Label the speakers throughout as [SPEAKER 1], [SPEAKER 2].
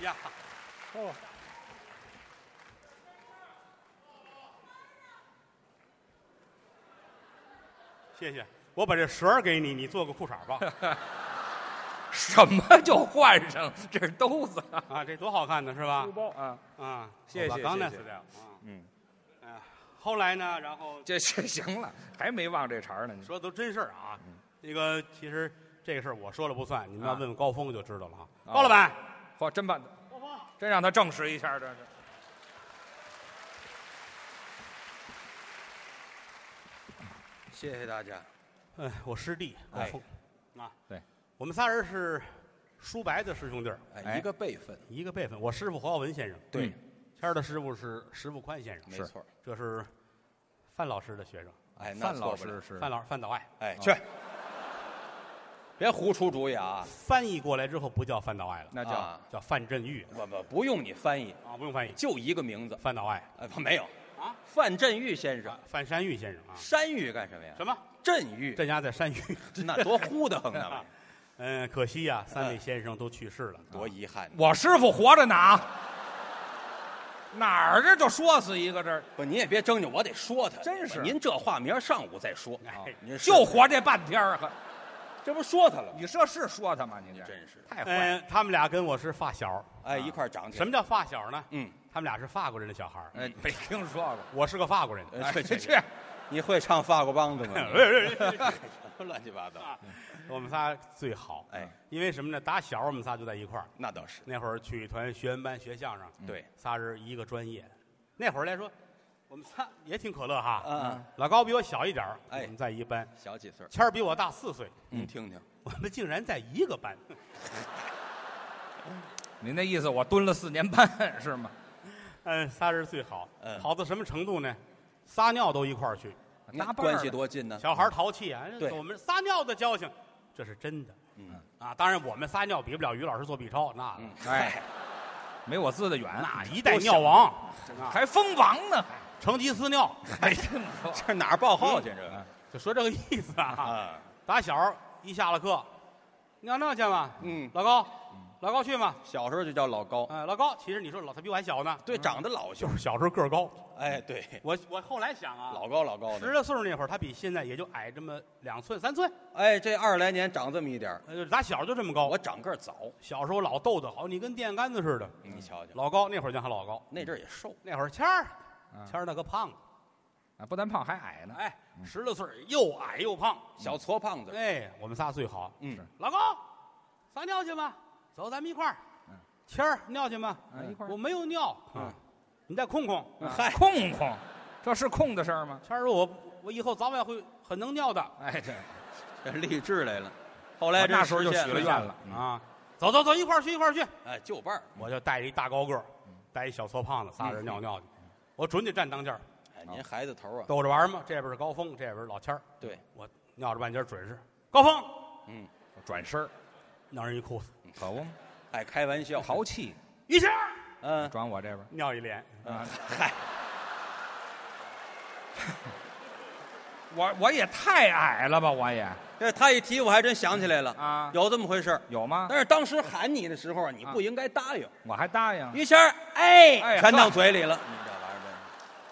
[SPEAKER 1] 呀，
[SPEAKER 2] 哦，
[SPEAKER 1] 谢谢，我把这绳儿给你，你做个裤衩吧。
[SPEAKER 3] 什么就换上？这是兜子啊
[SPEAKER 1] 啊，这多好看呢，是吧
[SPEAKER 2] 书？包
[SPEAKER 3] 啊！
[SPEAKER 1] 啊，
[SPEAKER 3] 谢谢
[SPEAKER 1] 我把刚那
[SPEAKER 3] 谢谢
[SPEAKER 1] 死掉。啊，
[SPEAKER 3] 嗯，
[SPEAKER 1] 哎后来呢，然后
[SPEAKER 3] 这这行了，还没忘这茬儿呢。你
[SPEAKER 1] 说的都真事儿啊。那个其实这个事儿我说了不算，你们要
[SPEAKER 3] 嗯啊
[SPEAKER 1] 问问高峰就知道了哈。
[SPEAKER 3] 哦
[SPEAKER 1] 高老板，
[SPEAKER 3] 嚯，真办，真让他证实一下，这是。
[SPEAKER 4] 谢谢大家。
[SPEAKER 1] 哎，我师弟高
[SPEAKER 3] 哎
[SPEAKER 1] 峰，啊，
[SPEAKER 3] 对，
[SPEAKER 1] 我们仨人是叔伯的师兄弟儿，
[SPEAKER 3] 哎
[SPEAKER 4] 哎，一个辈分，
[SPEAKER 1] 一个辈分。我师傅侯耀文先生，
[SPEAKER 4] 对
[SPEAKER 3] 嗯，
[SPEAKER 1] 谦儿的师傅是石富宽先生，
[SPEAKER 4] 没错。
[SPEAKER 1] 这是范老师的学生，
[SPEAKER 4] 哎，那
[SPEAKER 3] 范老
[SPEAKER 4] 错不
[SPEAKER 3] 师啊
[SPEAKER 4] 了，
[SPEAKER 3] 是
[SPEAKER 1] 范老范导爱。
[SPEAKER 4] 哎，去，别胡出主意啊！
[SPEAKER 1] 翻译过来之后不叫范导爱了，
[SPEAKER 3] 那叫
[SPEAKER 4] 啊
[SPEAKER 1] 叫范振钰
[SPEAKER 4] 不不，不用你翻译，
[SPEAKER 1] 啊，不用翻译，
[SPEAKER 4] 就一个名字。
[SPEAKER 1] 范导爱，
[SPEAKER 4] 哎，不没有啊，范振钰先生，
[SPEAKER 1] 范山玉先生啊。
[SPEAKER 4] 山玉干什么呀？
[SPEAKER 1] 什么？
[SPEAKER 4] 振玉，
[SPEAKER 1] 镇压在山峪。
[SPEAKER 4] 那多呼的很啊！
[SPEAKER 1] 嗯，可惜呀、三位先生都去世了。
[SPEAKER 4] 嗯多遗憾！
[SPEAKER 3] 我师傅活着呢啊，哪儿这就说死一个这儿，
[SPEAKER 4] 不，您也别争着，我得说他。
[SPEAKER 3] 真是
[SPEAKER 4] 您这话明儿上午再说
[SPEAKER 1] 哎
[SPEAKER 4] 啊！您是
[SPEAKER 3] 就活这半天儿，还
[SPEAKER 4] 这不说他了吗？
[SPEAKER 3] 你这是说他吗？你这哎
[SPEAKER 4] 真是，
[SPEAKER 3] 太坏了。
[SPEAKER 1] 嗯、他们俩跟我是发小。
[SPEAKER 4] 哎，一块儿长起
[SPEAKER 1] 什
[SPEAKER 4] 来。
[SPEAKER 1] 么叫发小呢？
[SPEAKER 4] 嗯，
[SPEAKER 1] 他们俩是法国人的小孩儿
[SPEAKER 3] 哎，没听说过。
[SPEAKER 1] 我是个法国人。哎
[SPEAKER 4] 呃
[SPEAKER 3] 哎，
[SPEAKER 4] 这
[SPEAKER 3] 这
[SPEAKER 4] 这
[SPEAKER 3] 这
[SPEAKER 4] 这，你会唱法国梆子吗？ 乱七八糟，
[SPEAKER 1] 我们仨最好。
[SPEAKER 4] 哎，
[SPEAKER 1] 因为什么呢？打小我们仨就在一块儿。
[SPEAKER 4] 那倒是。
[SPEAKER 1] 那会儿曲艺团学员班学相声，
[SPEAKER 4] 对，
[SPEAKER 1] 仨人一个专业。那会儿来说，我们仨也挺可乐哈。
[SPEAKER 4] 嗯，
[SPEAKER 1] 老高比我小一点儿，
[SPEAKER 4] 哎
[SPEAKER 1] 我们在一班。
[SPEAKER 4] 小几岁儿？
[SPEAKER 1] 谦儿比我大四岁，
[SPEAKER 4] 您听听，
[SPEAKER 1] 我们竟然在一个班。
[SPEAKER 3] 您那意思，我蹲了四年半是吗？
[SPEAKER 1] 嗯，仨人最好，
[SPEAKER 4] 嗯
[SPEAKER 1] 好到什么程度呢？撒尿都一块儿去，
[SPEAKER 4] 那
[SPEAKER 3] 搭伴儿
[SPEAKER 4] 关系
[SPEAKER 3] 的
[SPEAKER 4] 多近呢？
[SPEAKER 1] 小孩儿淘气啊，
[SPEAKER 4] 嗯对
[SPEAKER 1] 我们撒尿的交情，这是真的
[SPEAKER 4] 嗯
[SPEAKER 1] 啊。当然，我们撒尿比不了于老师做 B 超，那
[SPEAKER 4] 嗯，
[SPEAKER 3] 哎，没我滋的远，
[SPEAKER 1] 那一代尿王，啊
[SPEAKER 3] 还封王呢，
[SPEAKER 1] 成吉思 尿，
[SPEAKER 3] 还听说
[SPEAKER 4] 这哪儿报号去？这个
[SPEAKER 3] 嗯
[SPEAKER 1] 就说这个意思 啊。
[SPEAKER 4] 啊，
[SPEAKER 1] 打小一下了课，尿尿去吗？
[SPEAKER 4] 嗯
[SPEAKER 1] 老高，老高去吗？
[SPEAKER 4] 小时候就叫老高，
[SPEAKER 3] 啊
[SPEAKER 1] 哎，老高，其实你说老他比我还小呢，
[SPEAKER 4] 对，长得老秀
[SPEAKER 1] 就，是小时候个儿高。
[SPEAKER 4] 哎，对，
[SPEAKER 1] 我我后来想啊，
[SPEAKER 4] 老高老高
[SPEAKER 1] 十
[SPEAKER 4] 的，
[SPEAKER 1] 来岁儿那会儿，他比现在也就矮这么两寸三寸，
[SPEAKER 4] 哎，这二十来年长这么一点儿
[SPEAKER 1] 呃，就是打小就这
[SPEAKER 3] 哦
[SPEAKER 1] 么高。
[SPEAKER 4] 我长个儿早，
[SPEAKER 1] 小时候老逗得好，你跟电杆子似的。
[SPEAKER 3] 嗯
[SPEAKER 4] 你瞧瞧，
[SPEAKER 1] 老高那会儿叫他老高，
[SPEAKER 4] 那阵儿也瘦，
[SPEAKER 1] 那会儿谦儿
[SPEAKER 3] 嗯，
[SPEAKER 1] 谦儿那个胖子，
[SPEAKER 3] 啊不但胖还矮呢。
[SPEAKER 1] 哎，十来岁儿又矮又胖，
[SPEAKER 3] 嗯
[SPEAKER 4] 小矬胖子，
[SPEAKER 1] 哎，我们仨最好。
[SPEAKER 4] 嗯，
[SPEAKER 1] 老高，撒尿去吗？走，咱们一块儿
[SPEAKER 3] 嗯。
[SPEAKER 1] 谦儿尿去吗？
[SPEAKER 3] 啊一块儿
[SPEAKER 1] 我没有尿。
[SPEAKER 4] 嗯，
[SPEAKER 1] 你再控控。
[SPEAKER 3] 啊
[SPEAKER 4] 嗨
[SPEAKER 3] 空空，这是空的事儿吗？
[SPEAKER 1] 谦儿说：“我我以后早晚会很能尿的
[SPEAKER 3] 哎，这
[SPEAKER 4] 这励志来了，后来
[SPEAKER 3] 我
[SPEAKER 4] 这
[SPEAKER 3] 啊那时候就
[SPEAKER 4] 实现
[SPEAKER 3] 许了愿了，
[SPEAKER 1] 啊！走走走，一块儿去，一块儿去。
[SPEAKER 4] 哎，就伴儿，”
[SPEAKER 1] 我就带一大高个儿，带一小矬胖子，仨人尿尿去。我准得站当间儿，
[SPEAKER 4] 哎，您孩子头啊，
[SPEAKER 1] 逗着玩儿嘛。这边是高峰，这边是老谦儿。
[SPEAKER 4] 对，
[SPEAKER 1] 我尿着半截儿准是高峰，
[SPEAKER 4] 嗯，
[SPEAKER 3] 转身儿
[SPEAKER 1] 尿人一裤子，
[SPEAKER 3] 可不吗，
[SPEAKER 4] 爱开玩笑，
[SPEAKER 3] 淘气，
[SPEAKER 1] 于谦儿
[SPEAKER 4] 嗯，
[SPEAKER 3] 转我这边
[SPEAKER 1] 尿一脸，
[SPEAKER 3] 儿啊，
[SPEAKER 4] 嗨，
[SPEAKER 3] 我我也太矮了吧，我也
[SPEAKER 4] 这他一提我还真想起来了，
[SPEAKER 3] 啊，
[SPEAKER 4] 有这么回事儿。
[SPEAKER 3] 有吗？
[SPEAKER 4] 但是当时喊你的时候啊，你
[SPEAKER 3] 啊
[SPEAKER 4] 不应该答应。
[SPEAKER 3] 我还答应，
[SPEAKER 4] 于谦儿，哎，
[SPEAKER 3] 哎
[SPEAKER 4] 全
[SPEAKER 3] 呵
[SPEAKER 4] 到嘴里了。你这玩意儿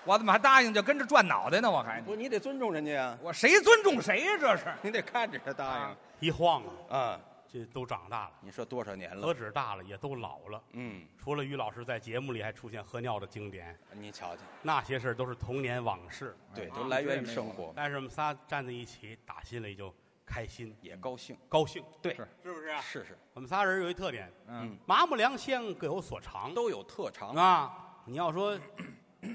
[SPEAKER 3] 我怎么还答应就跟着转脑袋呢？我还
[SPEAKER 4] 真，不，你得尊重人家呀，
[SPEAKER 3] 我谁尊重谁呀？这是
[SPEAKER 4] 你得看着他答
[SPEAKER 1] 一晃啊，
[SPEAKER 4] 应啊。
[SPEAKER 1] 这都长大了，
[SPEAKER 4] 你说多少年了
[SPEAKER 1] 何？止大了，也都老了。
[SPEAKER 4] 嗯，
[SPEAKER 1] 除了于老师在节目里还出现喝尿的经典，
[SPEAKER 4] 你瞧瞧，
[SPEAKER 1] 那些事儿都是童年往事。
[SPEAKER 4] 对，
[SPEAKER 3] 啊
[SPEAKER 4] 都来源于生活，
[SPEAKER 1] 但是我们仨站在一起，打心里就开心、
[SPEAKER 4] 也高兴。
[SPEAKER 1] 高兴，
[SPEAKER 4] 对，
[SPEAKER 3] 是
[SPEAKER 1] 是不是啊？
[SPEAKER 4] 是是，
[SPEAKER 1] 我们仨人有一特点，
[SPEAKER 3] 嗯，
[SPEAKER 1] 麻木良乡各有所长
[SPEAKER 4] 都有特长。
[SPEAKER 1] 啊。你要说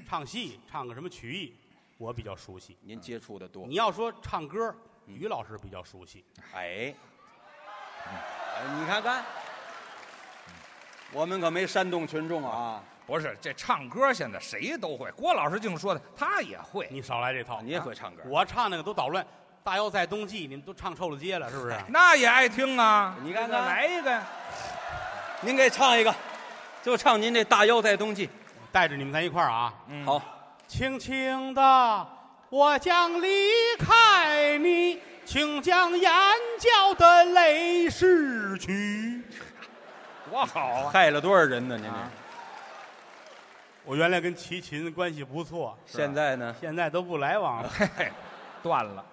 [SPEAKER 1] 唱戏，唱个什么曲艺，我比较熟悉；
[SPEAKER 4] 您接触的多
[SPEAKER 1] 你，要说唱歌，于老师比较熟悉。
[SPEAKER 4] 哎，哎，你看看，我们可没煽动群众啊！
[SPEAKER 3] 不是这唱歌现在谁都会，郭老师净说的他也会，
[SPEAKER 1] 你少来这套，
[SPEAKER 4] 你也会唱歌，
[SPEAKER 1] 我唱那个都捣乱，大腰在冬季，你们都唱臭了街了，是 不是？
[SPEAKER 3] 那也爱听啊。
[SPEAKER 4] 你看看
[SPEAKER 3] 这个来一个呀，
[SPEAKER 4] 您给唱一个，就唱您这大腰在冬季。
[SPEAKER 1] 带着你们在一块儿啊，
[SPEAKER 4] 好，
[SPEAKER 1] 轻轻的，我将离开你，请将眼角的泪拭去。
[SPEAKER 3] 多好啊！
[SPEAKER 4] 害了多少人呢？您这
[SPEAKER 3] 啊
[SPEAKER 1] 我原来跟齐秦关系不错，
[SPEAKER 4] 现在呢？
[SPEAKER 1] 现在都不来往 了。
[SPEAKER 3] 嘿嘿，断了。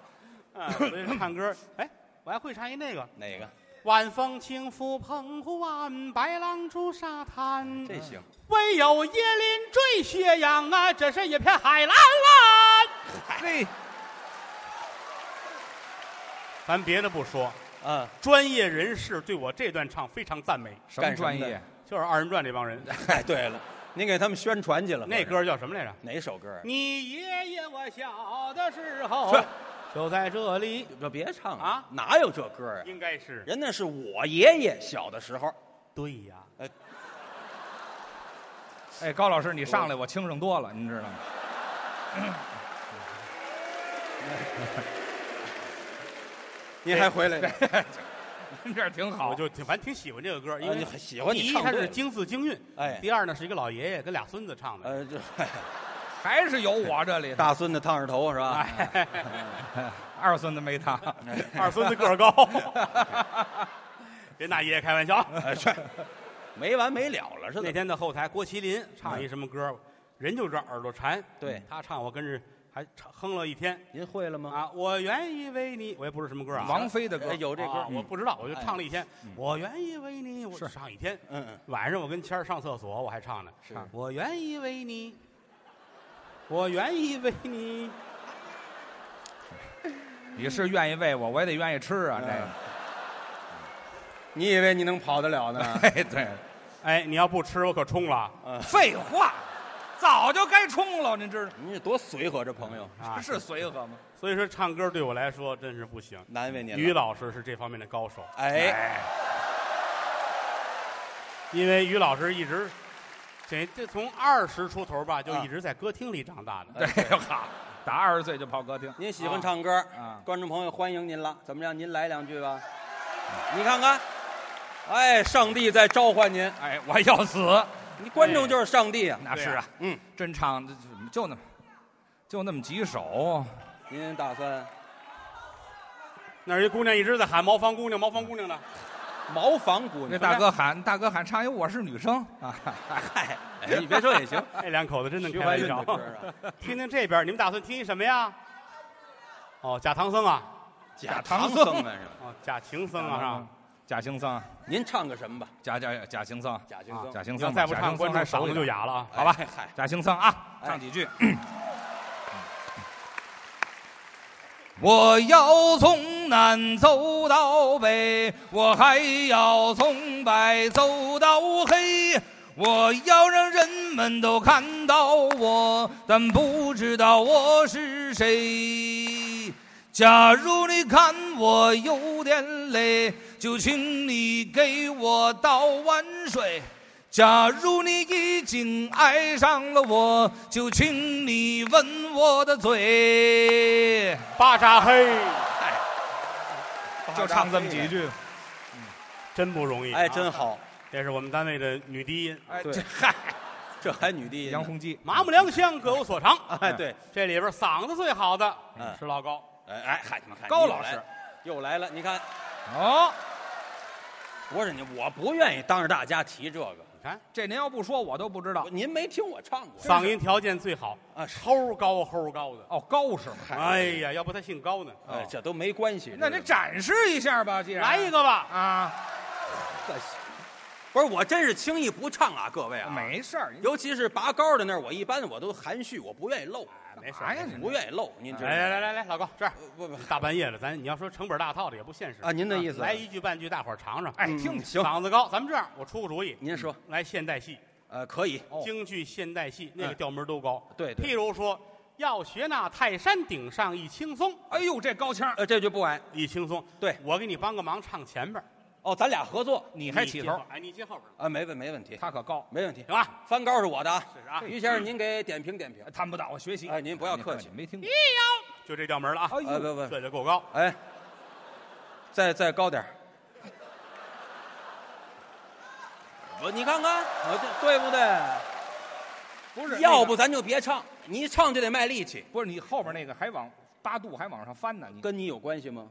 [SPEAKER 1] 嗯，所以唱歌，哎，我还会唱一那个。
[SPEAKER 4] 哪个？
[SPEAKER 1] 晚风轻拂澎湖湾，白浪逐沙滩。
[SPEAKER 4] 这行。
[SPEAKER 1] 唯有椰林缀斜阳啊，这是一片海蓝蓝。
[SPEAKER 3] 嘿，
[SPEAKER 1] 咱别的不说，
[SPEAKER 4] 啊，
[SPEAKER 1] 专业人士对我这段唱非常赞美，
[SPEAKER 3] 什
[SPEAKER 4] 干
[SPEAKER 3] 么
[SPEAKER 4] 什
[SPEAKER 3] 专
[SPEAKER 4] 么的
[SPEAKER 3] 业？
[SPEAKER 1] 就是二人转这帮人。
[SPEAKER 4] 哎，对了，您给他们宣传去了。
[SPEAKER 1] 那
[SPEAKER 4] 合
[SPEAKER 1] 歌叫什么来着？
[SPEAKER 4] 着哪首歌啊？
[SPEAKER 1] 你爷爷我小的时候
[SPEAKER 4] 是
[SPEAKER 1] 就在这里，
[SPEAKER 4] 这嗯别唱
[SPEAKER 1] 啊
[SPEAKER 4] 哪有这歌啊？
[SPEAKER 1] 应该是
[SPEAKER 4] 人那是我爷爷小的时候，
[SPEAKER 1] 对呀。
[SPEAKER 3] 哎，高老师，你上来我清省多了，您知道吗？
[SPEAKER 4] 您还回来呢？
[SPEAKER 3] 您这儿挺
[SPEAKER 1] 哦
[SPEAKER 3] 好
[SPEAKER 1] 我。就挺反正挺喜欢这个歌，因
[SPEAKER 4] 啊你
[SPEAKER 1] 为
[SPEAKER 4] 很喜欢你
[SPEAKER 1] 第一，
[SPEAKER 4] 唱
[SPEAKER 1] 它
[SPEAKER 4] 对
[SPEAKER 1] 是
[SPEAKER 4] 了
[SPEAKER 1] 京字京韵，
[SPEAKER 4] 哎
[SPEAKER 1] 第二呢是一个老爷爷跟俩孙子唱的，
[SPEAKER 4] 呃，这
[SPEAKER 3] 还是有我这里，
[SPEAKER 4] 大孙子烫着头是
[SPEAKER 1] 哎
[SPEAKER 4] 吧？
[SPEAKER 3] 二孙子没他。
[SPEAKER 1] 二孙子个儿高， 别拿爷爷开玩笑啊。
[SPEAKER 4] 哎，去，没完没了了似
[SPEAKER 1] 那
[SPEAKER 4] 的。
[SPEAKER 1] 天在后台，郭麒麟唱一什么歌，人就这耳朵馋，
[SPEAKER 4] 对
[SPEAKER 1] 他唱我跟着还唱哼了一天
[SPEAKER 4] 您会了吗？
[SPEAKER 1] 啊，我愿意为你，我也不知道什么歌啊，
[SPEAKER 3] 王菲的歌
[SPEAKER 4] 哎有这歌
[SPEAKER 1] 啊
[SPEAKER 4] 嗯哎
[SPEAKER 1] 我不知道，我就唱了一天，我愿意为你，我唱一天，
[SPEAKER 4] 嗯嗯，
[SPEAKER 1] 晚上我跟谦儿上厕所，我还唱呢。
[SPEAKER 4] 是
[SPEAKER 1] 我愿意为你，我愿意为你。
[SPEAKER 3] 你是愿意喂我，我也得愿意吃啊。这个，
[SPEAKER 4] 你以为你能跑得了呢？
[SPEAKER 3] 哎，对，
[SPEAKER 1] 哎，你要不吃，我可冲了
[SPEAKER 3] 废话，早就该冲了，您知道
[SPEAKER 4] 你多随和这朋友，
[SPEAKER 1] 啊！
[SPEAKER 3] 是随和吗？
[SPEAKER 1] 所以说唱歌对我来说真是不行。
[SPEAKER 4] 难为您
[SPEAKER 1] 于
[SPEAKER 4] 了。
[SPEAKER 1] 老师是这方面的高手，
[SPEAKER 4] 哎，
[SPEAKER 1] 因为于老师一直，这这从二十出头吧，就
[SPEAKER 4] 啊
[SPEAKER 1] 一直在歌厅里长大的。
[SPEAKER 3] 对，好，打二十岁就跑歌厅。
[SPEAKER 4] 您喜欢唱歌
[SPEAKER 3] 啊，
[SPEAKER 4] 观众朋友欢迎您了。怎么样？您来两句吧。你看看，哎，上帝在召唤您，
[SPEAKER 3] 哎，我要死，
[SPEAKER 4] 你观众就是上帝啊。
[SPEAKER 3] 那是啊，
[SPEAKER 4] 嗯，
[SPEAKER 3] 真唱就就那么就那么几首，
[SPEAKER 4] 您打算
[SPEAKER 1] 那儿一姑娘一直在喊“茅房姑娘，茅房姑娘”呢。
[SPEAKER 4] 茅房姑娘？
[SPEAKER 3] 那大哥喊大哥喊唱一我是女生啊，
[SPEAKER 4] 嗨，哎你别说也行。
[SPEAKER 1] 这两口子真能
[SPEAKER 4] 徐
[SPEAKER 1] 开
[SPEAKER 4] 怀
[SPEAKER 1] 玩
[SPEAKER 4] 钰的歌
[SPEAKER 1] 笑。
[SPEAKER 4] 啊，
[SPEAKER 1] 听听这边，你们打算听什么呀？哦，贾唐僧啊，
[SPEAKER 4] 假
[SPEAKER 3] 唐
[SPEAKER 4] 唐
[SPEAKER 3] 僧
[SPEAKER 4] 僧啊是吧？
[SPEAKER 1] 哦，贾行僧啊，是吧？
[SPEAKER 3] 贾行僧，
[SPEAKER 4] 您唱个什么吧？
[SPEAKER 3] 贾贾贾行僧，
[SPEAKER 4] 假行
[SPEAKER 1] 啊
[SPEAKER 4] 僧，
[SPEAKER 3] 贾行
[SPEAKER 1] 你要
[SPEAKER 3] 僧吧，
[SPEAKER 1] 再不
[SPEAKER 3] 贾
[SPEAKER 1] 唱，
[SPEAKER 3] 行僧
[SPEAKER 1] 观众
[SPEAKER 3] 还熟
[SPEAKER 1] 嗓
[SPEAKER 3] 一
[SPEAKER 1] 子
[SPEAKER 3] 点
[SPEAKER 1] 就哑了啊！好
[SPEAKER 4] 哎
[SPEAKER 1] 吧，
[SPEAKER 4] 嗨，
[SPEAKER 3] 贾行僧啊，
[SPEAKER 4] 哎
[SPEAKER 3] 唱几句。嗯我要从南走到北，我还要从白走到黑。我要让人们都看到我，但不知道我是谁。假如你看我有点累，就请你给我倒碗水。假如你已经爱上了我，就请你吻我的嘴。
[SPEAKER 1] 巴扎黑
[SPEAKER 3] 就唱这么几句。
[SPEAKER 1] 真不容易，啊
[SPEAKER 4] 哎，真，好，
[SPEAKER 1] 这是我们单位的女低音。
[SPEAKER 3] 哎，
[SPEAKER 4] 对
[SPEAKER 3] 这嗨，
[SPEAKER 4] 这还女帝呢
[SPEAKER 3] 杨洪基，
[SPEAKER 1] 麻木良乡各有所长。
[SPEAKER 4] 哎，对，
[SPEAKER 1] 这里边嗓子最好的
[SPEAKER 4] 嗯
[SPEAKER 1] 是老高，
[SPEAKER 4] 哎哎，嗨，你们看
[SPEAKER 3] 高老师
[SPEAKER 4] 又来了，你看，
[SPEAKER 3] 哦，
[SPEAKER 4] 不是你，我不愿意当着大家提这个，
[SPEAKER 1] 你看
[SPEAKER 3] 这您要不说我都不知道
[SPEAKER 4] 我。您没听我唱过
[SPEAKER 1] 嗓音条件最好，
[SPEAKER 4] 啊，是
[SPEAKER 1] 齁高齁高的。
[SPEAKER 3] 哦，高是吗？
[SPEAKER 1] 哎呀，要不他姓高呢？哦
[SPEAKER 4] 哎，这都没关系。
[SPEAKER 3] 哦那
[SPEAKER 4] 这
[SPEAKER 3] 您展示一下吧，既然
[SPEAKER 1] 来一个吧，
[SPEAKER 3] 啊，
[SPEAKER 4] 可惜，不是我真是轻易不唱啊，各位啊，
[SPEAKER 3] 没事儿，您
[SPEAKER 4] 尤其是拔高的那儿，我一般我都含蓄，我不愿意露，
[SPEAKER 1] 哎没事
[SPEAKER 3] 啥
[SPEAKER 1] 没
[SPEAKER 3] 呀
[SPEAKER 1] 事
[SPEAKER 3] 您
[SPEAKER 4] 不愿意露，您知道
[SPEAKER 1] 来
[SPEAKER 4] 吗
[SPEAKER 1] 来来来来，老高这儿，
[SPEAKER 4] 不不
[SPEAKER 1] 大半夜的，咱你要说成本大套的也不现实
[SPEAKER 4] 啊，您的意思
[SPEAKER 1] 来一句半句，大伙儿尝尝。
[SPEAKER 3] 哎，
[SPEAKER 1] 嗯
[SPEAKER 3] 听听，
[SPEAKER 4] 行
[SPEAKER 1] 嗓子高，咱们这样，我出个主意，
[SPEAKER 4] 您说，
[SPEAKER 1] 来现代戏，
[SPEAKER 4] 呃，可以，哦嗯
[SPEAKER 1] 京剧现代戏那个调门都高。
[SPEAKER 4] 对对
[SPEAKER 1] 譬如说，要学那泰山顶上一轻松，
[SPEAKER 3] 哎呦，这高腔儿，
[SPEAKER 4] 呃，这就不矮
[SPEAKER 1] 一轻松。
[SPEAKER 4] 对
[SPEAKER 1] 我给你帮个忙，唱前边儿，
[SPEAKER 4] 哦，咱俩合作
[SPEAKER 3] 你还起
[SPEAKER 1] 接
[SPEAKER 3] 头
[SPEAKER 1] 后，哎，你接后边儿，
[SPEAKER 4] 啊，没问没问题，
[SPEAKER 3] 他可高，
[SPEAKER 4] 没问题。
[SPEAKER 1] 行吧？
[SPEAKER 4] 翻高是我的啊，
[SPEAKER 1] 是啊
[SPEAKER 4] 于先生您给点评点评。
[SPEAKER 3] 谈不到我学习。
[SPEAKER 4] 哎您不要客气
[SPEAKER 3] 没听过。
[SPEAKER 1] 就这调门了啊，
[SPEAKER 4] 哎不不，
[SPEAKER 1] 这就够高。
[SPEAKER 4] 哎，再再高点儿我你看看，我这对不对？
[SPEAKER 3] 不是，
[SPEAKER 4] 要
[SPEAKER 3] 那
[SPEAKER 4] 不
[SPEAKER 3] 个
[SPEAKER 4] 咱就别唱，你一唱就得卖力气，
[SPEAKER 3] 不是你后边那个还往八度还往上翻呢，你
[SPEAKER 4] 跟你有关系吗？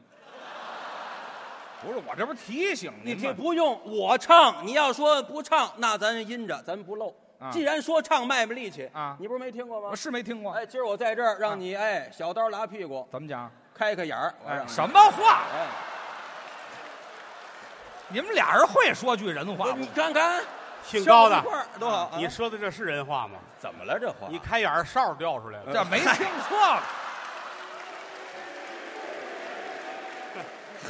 [SPEAKER 5] 不是我这不是提醒
[SPEAKER 4] 你
[SPEAKER 5] 您
[SPEAKER 4] 听
[SPEAKER 5] 吗？
[SPEAKER 4] 不用我唱，你要说不唱，那咱阴着，咱不露。
[SPEAKER 5] 啊
[SPEAKER 4] 既然说唱卖卖力气
[SPEAKER 5] 啊
[SPEAKER 4] 你不是没听过吗
[SPEAKER 5] 我？是没听过。
[SPEAKER 4] 哎，今儿我在这儿让你哎小刀拉屁股，
[SPEAKER 5] 怎么讲？啊
[SPEAKER 4] 开开眼儿。我让
[SPEAKER 5] 哎，
[SPEAKER 4] 你
[SPEAKER 5] 什？么话？
[SPEAKER 4] 哎，
[SPEAKER 5] 你们俩人会说句人
[SPEAKER 4] 不
[SPEAKER 5] 话
[SPEAKER 4] 是你
[SPEAKER 5] 吗？
[SPEAKER 4] 看看，
[SPEAKER 1] 姓高
[SPEAKER 4] 削一
[SPEAKER 1] 的
[SPEAKER 4] 块，儿多好啊。
[SPEAKER 1] 你说的这是人话吗？
[SPEAKER 4] 怎么了这话
[SPEAKER 1] 你开眼儿哨掉出来
[SPEAKER 4] 哎
[SPEAKER 1] 了，
[SPEAKER 5] 这没听错，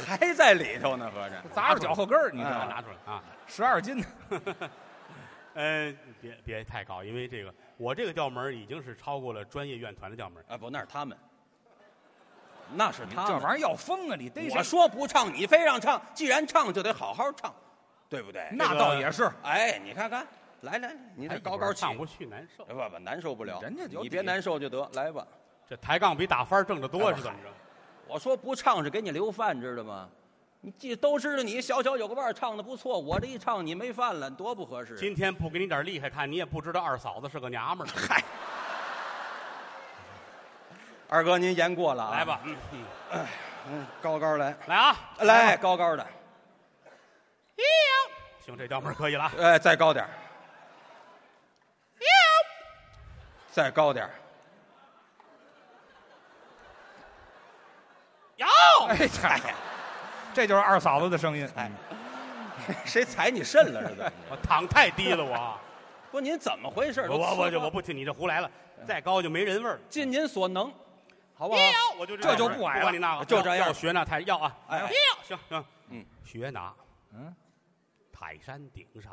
[SPEAKER 4] 还在里头呢，合着。
[SPEAKER 5] 砸着脚后跟儿，你知道
[SPEAKER 4] 哎
[SPEAKER 1] 啊
[SPEAKER 5] 吗？
[SPEAKER 1] 拿出来啊！
[SPEAKER 5] 十二斤呢，
[SPEAKER 1] 呃，别别太高，因为这个我这个调门儿已经是超过了专业院团的调门儿。
[SPEAKER 4] 啊，不，那是他们，那是
[SPEAKER 5] 你
[SPEAKER 4] 他
[SPEAKER 5] 这玩意
[SPEAKER 4] 们。
[SPEAKER 5] 儿要疯啊！你逮谁
[SPEAKER 4] 我说不唱，你非让唱，既然唱就得好好唱，对不对？
[SPEAKER 5] 那倒也是，
[SPEAKER 4] 哎，你看看，来来，你这
[SPEAKER 1] 哎
[SPEAKER 4] 高
[SPEAKER 1] 一会
[SPEAKER 4] 高
[SPEAKER 1] 儿
[SPEAKER 4] 起，
[SPEAKER 1] 上不去，难受。
[SPEAKER 4] 不不难受不了，
[SPEAKER 5] 人家有
[SPEAKER 4] 你
[SPEAKER 5] 底
[SPEAKER 4] 别难受就得，来吧。
[SPEAKER 1] 这抬杠比打翻儿挣得多
[SPEAKER 4] 哎
[SPEAKER 1] 是怎么着？
[SPEAKER 4] 我说不唱是给你留饭，知道吗？你记都知道你小小有个伴儿唱的不错，我这一唱你没饭了，多不合适。
[SPEAKER 1] 今天不给你点儿厉害看，你也不知道二嫂子是个娘们儿。嗨，
[SPEAKER 4] 二哥您言过了、啊，
[SPEAKER 1] 来，吧，嗯嗯
[SPEAKER 4] 嗯，高高来，
[SPEAKER 1] 来啊，
[SPEAKER 4] 来高高的，
[SPEAKER 1] 行，这调门儿可以了啊。
[SPEAKER 4] 哎，再高点儿再高点儿
[SPEAKER 1] 有
[SPEAKER 5] 哎，嗨，这就是二嫂子的声音。哎，
[SPEAKER 4] 谁踩你肾了是怎么着？
[SPEAKER 1] 我躺太低了，我
[SPEAKER 4] 不，您怎么回事？
[SPEAKER 1] 我我我就我
[SPEAKER 4] 不
[SPEAKER 1] 不听你这胡来了，再高就没人味儿。
[SPEAKER 4] 尽您所能，好不好？
[SPEAKER 1] 有我就
[SPEAKER 5] 这就
[SPEAKER 1] 不
[SPEAKER 5] 不矮了
[SPEAKER 1] 管你那个，
[SPEAKER 4] 就这样
[SPEAKER 1] 要学那太要啊。
[SPEAKER 4] 哎哎
[SPEAKER 1] 行行，
[SPEAKER 4] 嗯，
[SPEAKER 1] 学拿，
[SPEAKER 5] 嗯，
[SPEAKER 1] 泰山顶上，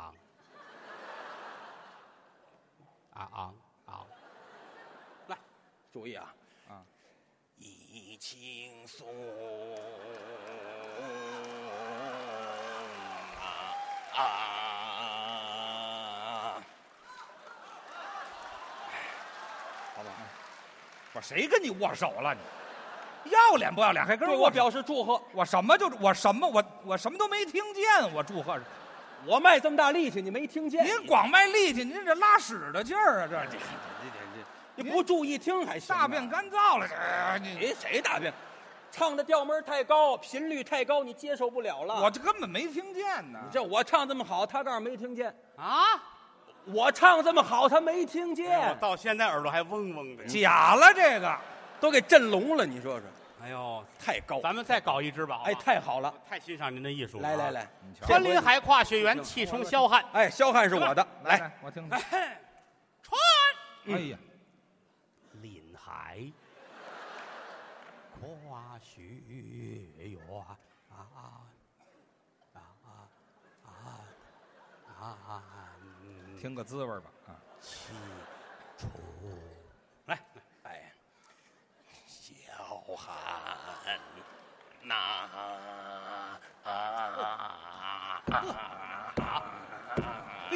[SPEAKER 1] 啊啊啊！
[SPEAKER 4] 注意啊，
[SPEAKER 5] 啊，
[SPEAKER 4] 一轻松啊啊！好吧，
[SPEAKER 5] 我谁跟你握手了？你要脸不要脸，还跟
[SPEAKER 4] 对
[SPEAKER 5] 人
[SPEAKER 4] 我
[SPEAKER 5] 握手？
[SPEAKER 4] 表示祝贺。
[SPEAKER 5] 我什么就我什么我我什么都没听见，我祝贺。
[SPEAKER 4] 我卖这么大力气，你没听见？
[SPEAKER 5] 您光卖力气，您这拉屎的劲儿啊，
[SPEAKER 4] 哎
[SPEAKER 5] 这
[SPEAKER 4] 你不注意听还行吗？
[SPEAKER 5] 大便干燥了，这你
[SPEAKER 4] 谁谁大便？唱的调门儿太高，频率太高，你接受不了了。
[SPEAKER 5] 我这根本没听见呢。
[SPEAKER 4] 这我唱这么好，他告诉没听见。
[SPEAKER 1] 啊！
[SPEAKER 4] 我唱这么好，他没听
[SPEAKER 1] 我
[SPEAKER 4] 见，
[SPEAKER 1] 哎到现在耳朵还嗡嗡的。
[SPEAKER 5] 假了这个，
[SPEAKER 4] 都给震聋了。你说说，
[SPEAKER 1] 哎呦，
[SPEAKER 4] 太高，
[SPEAKER 1] 咱们再搞一支吧。好吧
[SPEAKER 4] 哎，太好了！
[SPEAKER 1] 太欣赏您的艺术了。啊
[SPEAKER 4] 来来来，，这
[SPEAKER 1] 穿
[SPEAKER 4] 回
[SPEAKER 1] 林海跨雪原，气冲霄汉。
[SPEAKER 4] 哎，肖汉是我的，
[SPEAKER 5] 来
[SPEAKER 4] 来，
[SPEAKER 5] 来，哎我听听。
[SPEAKER 4] 哎
[SPEAKER 1] 穿
[SPEAKER 5] 哎呀，
[SPEAKER 1] 林海跨雪原啊啊啊啊啊啊！嗯
[SPEAKER 5] 听个滋味儿吧。啊，
[SPEAKER 1] 气冲，来，
[SPEAKER 4] 哎，
[SPEAKER 1] 小寒
[SPEAKER 4] 那啊啊
[SPEAKER 1] 哎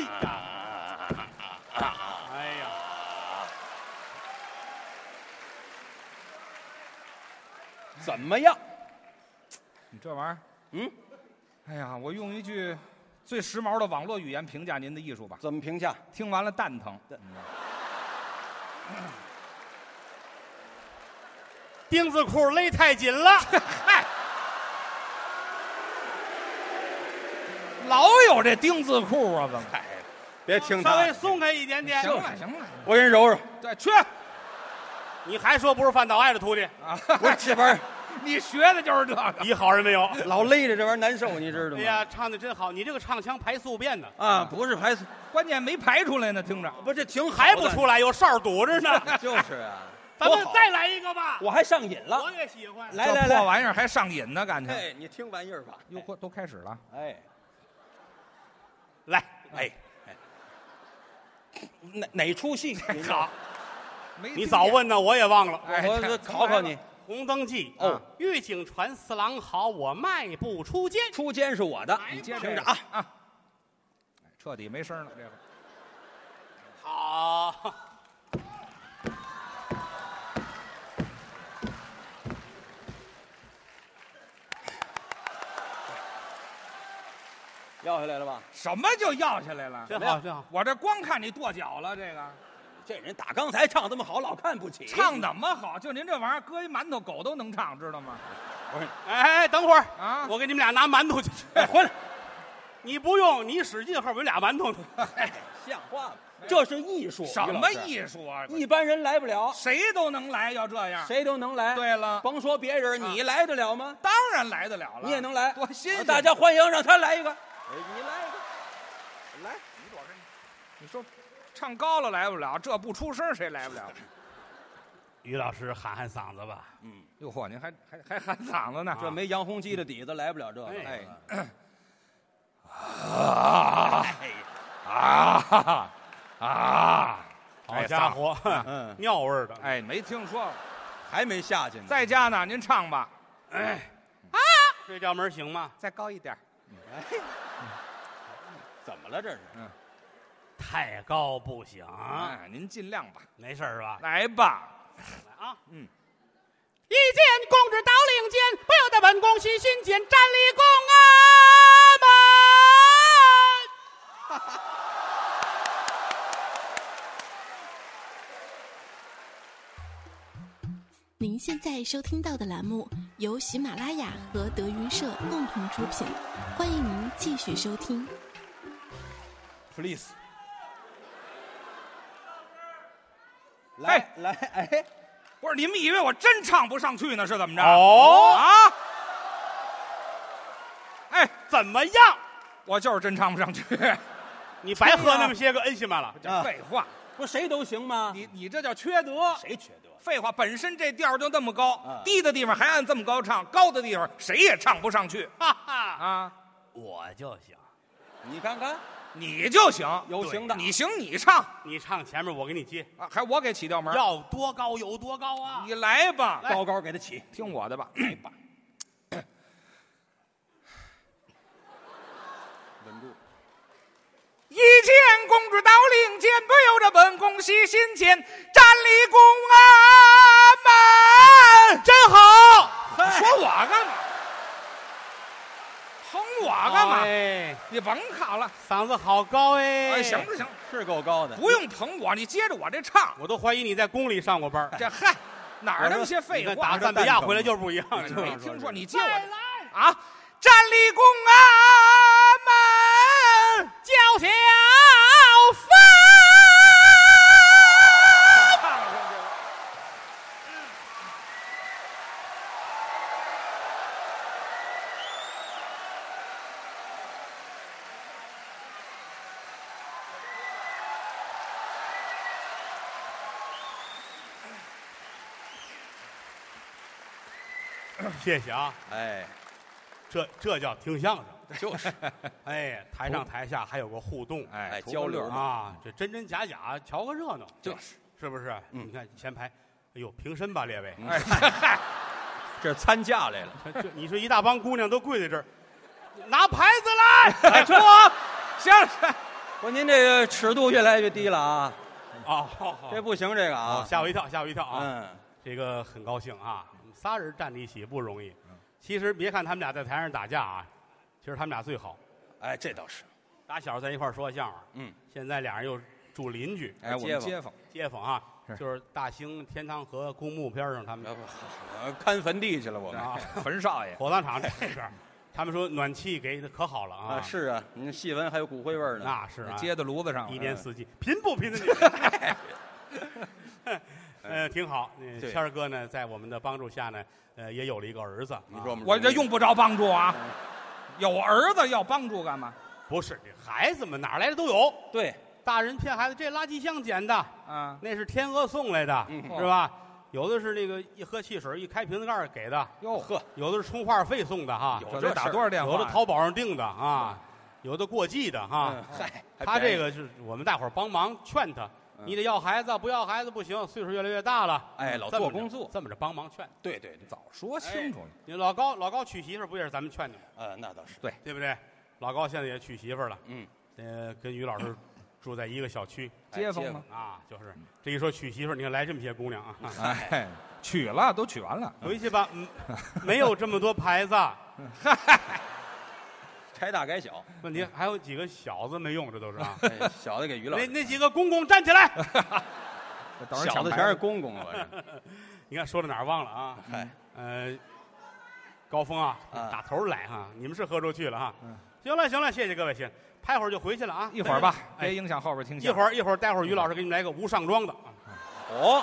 [SPEAKER 1] 呀，哎呀，
[SPEAKER 4] 怎么样？
[SPEAKER 5] 你这玩意儿，
[SPEAKER 4] 嗯，
[SPEAKER 5] 哎呀，我用一句最时髦的网络语言评价您的艺术吧。
[SPEAKER 4] 怎么评价？
[SPEAKER 5] 听完了蛋疼。
[SPEAKER 1] 钉子裤勒太紧了，
[SPEAKER 5] 老有这钉子裤啊，怎么？
[SPEAKER 4] 哎，别听
[SPEAKER 1] 稍微
[SPEAKER 4] 他，
[SPEAKER 1] 松开一点
[SPEAKER 4] 哎
[SPEAKER 1] 点。
[SPEAKER 5] 行了行了，
[SPEAKER 4] 我给你揉揉。
[SPEAKER 5] 对，去
[SPEAKER 1] 你还说不是范岛爱的徒弟？
[SPEAKER 5] 啊！
[SPEAKER 4] 不是这玩意儿
[SPEAKER 5] 你学的就是这个。
[SPEAKER 1] 一好人没有。
[SPEAKER 4] 老勒着这玩意儿难受，你知道
[SPEAKER 1] 哎
[SPEAKER 4] 吗？
[SPEAKER 1] 呀，唱的真好，你这个唱腔排宿便呢，
[SPEAKER 4] 啊，不是还是
[SPEAKER 5] 关键没排出来呢，听着。
[SPEAKER 4] 不是挺好
[SPEAKER 1] 排
[SPEAKER 4] 的
[SPEAKER 1] 不出来，有哨堵着呢。
[SPEAKER 4] 就是啊，
[SPEAKER 1] 咱
[SPEAKER 4] 多
[SPEAKER 1] 们
[SPEAKER 4] 好
[SPEAKER 1] 再来一个吧，
[SPEAKER 4] 我还啊上瘾
[SPEAKER 1] 我
[SPEAKER 4] 了。
[SPEAKER 1] 也喜欢。
[SPEAKER 4] 来
[SPEAKER 5] 这
[SPEAKER 4] 来
[SPEAKER 5] 破
[SPEAKER 4] 来，
[SPEAKER 5] 玩意儿还上瘾呢，感情。
[SPEAKER 4] 哎，你听玩意儿吧。
[SPEAKER 5] 哟呵，都开始了。
[SPEAKER 4] 哎
[SPEAKER 1] 来，
[SPEAKER 4] 哎哎，哪哪 出戏？
[SPEAKER 1] 好，
[SPEAKER 5] 没
[SPEAKER 1] 你
[SPEAKER 5] 听
[SPEAKER 1] 早
[SPEAKER 5] 见。
[SPEAKER 1] 问呢，我也忘了。
[SPEAKER 5] 哎
[SPEAKER 4] 我我
[SPEAKER 5] 这
[SPEAKER 4] 考考你，
[SPEAKER 1] 《红灯记》
[SPEAKER 4] 哦，
[SPEAKER 1] 狱警传四郎好，我迈步出监。
[SPEAKER 4] 出监是我的，
[SPEAKER 1] 你
[SPEAKER 5] 接着
[SPEAKER 4] 听着
[SPEAKER 5] 这
[SPEAKER 4] 啊
[SPEAKER 5] 个，啊！哎彻底没声了，这个。
[SPEAKER 1] 好，
[SPEAKER 4] 要下来了吧？
[SPEAKER 5] 什么就要下来了？
[SPEAKER 1] 真好，真好。
[SPEAKER 5] 我这哎光看你跺脚了，这个
[SPEAKER 4] 这人打刚才唱这么好，老看不起。
[SPEAKER 5] 唱怎么好？就您这玩意儿，搁一馒头狗都能唱，知道吗？
[SPEAKER 4] 不是
[SPEAKER 1] 哎，等会儿
[SPEAKER 5] 啊
[SPEAKER 1] 我给你们俩拿馒头去。哎，回来，你不用，你使劲，后边有俩馒头呢。
[SPEAKER 4] 像话吗？这是艺术，
[SPEAKER 5] 什
[SPEAKER 4] 于老
[SPEAKER 5] 么
[SPEAKER 4] 师？
[SPEAKER 5] 艺术啊？
[SPEAKER 4] 一般人来不了，
[SPEAKER 5] 谁都能来，要这样。
[SPEAKER 4] 谁都能来。
[SPEAKER 5] 对了
[SPEAKER 4] 甭说别人，
[SPEAKER 5] 啊
[SPEAKER 4] 你来得了吗？
[SPEAKER 5] 当然来得了了，
[SPEAKER 4] 你也能来，
[SPEAKER 5] 多新
[SPEAKER 4] 啊
[SPEAKER 5] 鲜！
[SPEAKER 4] 大家欢迎，让他来一个。哎你来一个，来，
[SPEAKER 5] 你说唱高了来不了，这不出声谁来不了？
[SPEAKER 1] 于老师喊喊嗓子吧，
[SPEAKER 5] 哟嚯，您还还还喊嗓子呢？
[SPEAKER 4] 这没杨洪基的底子，来不了这个。
[SPEAKER 1] 哎
[SPEAKER 4] 哎，
[SPEAKER 5] 啊啊啊！
[SPEAKER 1] 好家伙，
[SPEAKER 4] 嗯
[SPEAKER 1] 尿味儿的。
[SPEAKER 5] 哎，没听说过。
[SPEAKER 4] 还没下去呢。
[SPEAKER 5] 在家呢，您唱吧，
[SPEAKER 1] 这调门行吗？
[SPEAKER 5] 再高一点。
[SPEAKER 4] 哎， 怎么了这是？
[SPEAKER 1] 太高不行，
[SPEAKER 5] 哎，您尽量吧，
[SPEAKER 1] 没事儿吧？
[SPEAKER 5] 来吧。
[SPEAKER 1] 来啊，
[SPEAKER 5] 嗯。
[SPEAKER 1] 一见公主到领间，不由得本宫喜心间，站立宫啊门。
[SPEAKER 6] 您现在收听到的栏目由喜马拉雅和德云社共同出品，欢迎您继续收听。
[SPEAKER 4] please。
[SPEAKER 5] 哎
[SPEAKER 4] 来来，哎，
[SPEAKER 5] 不是，你们以为我真唱不上去呢，是怎么着？
[SPEAKER 1] 哦
[SPEAKER 5] 啊！哎，
[SPEAKER 1] 怎么样？
[SPEAKER 5] 我就是真唱不 上去。
[SPEAKER 1] 你白喝那么些个恩西玛了。
[SPEAKER 5] 这废话，
[SPEAKER 4] 啊不谁都行吗？
[SPEAKER 5] 啊你你这叫缺德。
[SPEAKER 4] 谁缺德？
[SPEAKER 5] 废话，本身这调就那么高，
[SPEAKER 4] 嗯
[SPEAKER 5] 低的地方还按这么高唱，高的地方谁也唱不上去
[SPEAKER 1] 哈哈，
[SPEAKER 5] 啊！
[SPEAKER 1] 我就行。
[SPEAKER 4] 你看看，
[SPEAKER 5] 你就行，
[SPEAKER 4] 有行的
[SPEAKER 5] 你行你唱，
[SPEAKER 1] 你唱前面，我给你接。
[SPEAKER 5] 啊还我给起调门儿，
[SPEAKER 1] 要多高有多高啊！
[SPEAKER 5] 你来吧，
[SPEAKER 1] 来
[SPEAKER 4] 高高给他起。
[SPEAKER 5] 听我 的吧，来 吧，
[SPEAKER 4] 稳住。
[SPEAKER 5] 一见公主到令间，不由着本宫喜心间，站立宫安门，真好。说我干嘛？捧我干嘛？
[SPEAKER 1] 哎，
[SPEAKER 5] 你甭考了，
[SPEAKER 1] 嗓子好高哎！
[SPEAKER 5] 哎，行，了行了，
[SPEAKER 4] 是够高的，
[SPEAKER 5] 不用捧我，你接着我这唱。
[SPEAKER 1] 我都怀疑你在宫里上过班儿。
[SPEAKER 5] 这嗨，哪儿那么些
[SPEAKER 1] 你
[SPEAKER 5] 废
[SPEAKER 1] 看
[SPEAKER 5] 话
[SPEAKER 1] 打？赞比亚回来就是不一样，
[SPEAKER 5] 你
[SPEAKER 1] 是
[SPEAKER 5] 没
[SPEAKER 1] 吧？
[SPEAKER 5] 听嗯说你接我的啊？站立公安门，叫小芳。
[SPEAKER 1] 谢谢啊，
[SPEAKER 4] 哎，
[SPEAKER 1] 这这叫听相声。
[SPEAKER 4] 就是，
[SPEAKER 1] 哎，台上台下还有个互动
[SPEAKER 4] 哎，
[SPEAKER 5] 图个
[SPEAKER 4] 交流
[SPEAKER 5] 乐
[SPEAKER 4] 嘛，
[SPEAKER 1] 啊，这真真假假，瞧个热闹，
[SPEAKER 4] 就是，
[SPEAKER 1] 是不是？
[SPEAKER 4] 嗯
[SPEAKER 1] 你看前排，哎呦，平身吧，列位，
[SPEAKER 5] 哎嗨，
[SPEAKER 4] 这是参加来了。
[SPEAKER 1] 这你说一大帮姑娘都跪在这儿，拿牌 子来
[SPEAKER 5] 哎，我行了，
[SPEAKER 4] 不，您这个尺度越来越低了啊，
[SPEAKER 1] 哦，好好
[SPEAKER 4] 这不行，这个
[SPEAKER 1] 好
[SPEAKER 4] 啊，
[SPEAKER 1] 吓我一跳，吓我一跳啊！
[SPEAKER 4] 嗯，
[SPEAKER 1] 这个很高兴啊，仨人站在一起不容易。
[SPEAKER 4] 嗯
[SPEAKER 1] 其实别看他们俩在台上打架啊，其实他们俩最好。
[SPEAKER 4] 哎，这倒是，
[SPEAKER 1] 打小在一块儿说相声，
[SPEAKER 4] 嗯，
[SPEAKER 1] 现在俩人又住邻居
[SPEAKER 4] 哎
[SPEAKER 5] 哎，我们
[SPEAKER 4] 街
[SPEAKER 5] 街坊
[SPEAKER 1] 街坊啊，
[SPEAKER 5] 是
[SPEAKER 1] 就是大兴天堂河公墓边上他们
[SPEAKER 4] 要不我看坟地去了，我们
[SPEAKER 1] 啊，
[SPEAKER 5] 冯少爷，
[SPEAKER 1] 火葬场这边儿，他们说暖气给的可好了啊，
[SPEAKER 4] 啊，是啊，你细闻还有骨灰味儿呢，
[SPEAKER 1] 那是啊，
[SPEAKER 5] 接到炉子上
[SPEAKER 1] 一
[SPEAKER 5] 了。
[SPEAKER 1] 年
[SPEAKER 4] 嗯
[SPEAKER 1] 四季贫不贫的你。 呃，挺好。呃
[SPEAKER 4] 对
[SPEAKER 1] 谦儿哥呢，在我们的帮助下呢，呃，也有了一个儿子。
[SPEAKER 4] 你说我们
[SPEAKER 5] 我这用不着帮助啊，有儿子要帮助干嘛？
[SPEAKER 1] 不是这孩子们哪儿来的都有，
[SPEAKER 4] 对，
[SPEAKER 1] 大人骗孩子，这垃圾箱捡的，
[SPEAKER 5] 啊，
[SPEAKER 1] 那是天鹅送来的，
[SPEAKER 4] 嗯
[SPEAKER 1] 是吧？有的是那个一喝汽水一开瓶子盖儿给的，
[SPEAKER 5] 哟
[SPEAKER 4] 呵，
[SPEAKER 1] 有的是充话费送的哈，
[SPEAKER 4] 有
[SPEAKER 5] 这
[SPEAKER 4] 这
[SPEAKER 5] 得打
[SPEAKER 4] 事儿
[SPEAKER 5] 多少电话呀？
[SPEAKER 1] 有的淘宝上订的啊，有的过季的哈。
[SPEAKER 4] 嗯嗨，还
[SPEAKER 1] 他
[SPEAKER 4] 便宜
[SPEAKER 1] 这，个是我们大伙儿帮忙劝他，
[SPEAKER 4] 嗯
[SPEAKER 1] 你得要孩子，不要孩子不行，岁数越来越大了。嗯
[SPEAKER 4] 哎，老
[SPEAKER 1] 这么
[SPEAKER 4] 做
[SPEAKER 1] 着
[SPEAKER 4] 工作，
[SPEAKER 1] 这么着帮忙劝。
[SPEAKER 4] 对对对，
[SPEAKER 5] 早说清楚了。
[SPEAKER 1] 你老高老高娶媳妇儿不也是咱们劝的吗？
[SPEAKER 4] 呃，那倒是，
[SPEAKER 1] 对不对？老高现在也娶媳妇儿了，
[SPEAKER 4] 嗯，
[SPEAKER 1] 呃，跟于老师 住在一个小区
[SPEAKER 4] 哎
[SPEAKER 5] 街坊吗？
[SPEAKER 1] 啊，就是
[SPEAKER 4] 嗯
[SPEAKER 1] 这一说娶媳妇儿，你看来这么些姑娘啊，
[SPEAKER 5] 哎，取了都取完了，
[SPEAKER 1] 回去吧，嗯，没有这么多牌子，
[SPEAKER 4] 拆大改 小，
[SPEAKER 1] 问题还有几个小子没用，这都是啊。
[SPEAKER 4] 哎小的给 于老
[SPEAKER 1] 那
[SPEAKER 4] 师，
[SPEAKER 1] 那几个公公站起来，
[SPEAKER 5] 等
[SPEAKER 4] 小
[SPEAKER 5] 人抢
[SPEAKER 4] 的
[SPEAKER 5] 牌
[SPEAKER 4] 全是公公了，嗯
[SPEAKER 1] 你看说到哪儿忘了啊？
[SPEAKER 4] 嗨，
[SPEAKER 1] 呃，高峰啊，
[SPEAKER 4] 啊
[SPEAKER 1] 打头来哈，你们是喝出去了哈
[SPEAKER 5] 嗯。
[SPEAKER 1] 行了行了，谢谢各位，谢谢，拍会儿就回去了啊。
[SPEAKER 5] 一会儿吧，
[SPEAKER 1] 哎
[SPEAKER 5] 别影响后边听
[SPEAKER 1] 一
[SPEAKER 5] 响。
[SPEAKER 1] 会儿一会儿，待会儿于老师给你们来个无上装的，
[SPEAKER 4] 哦，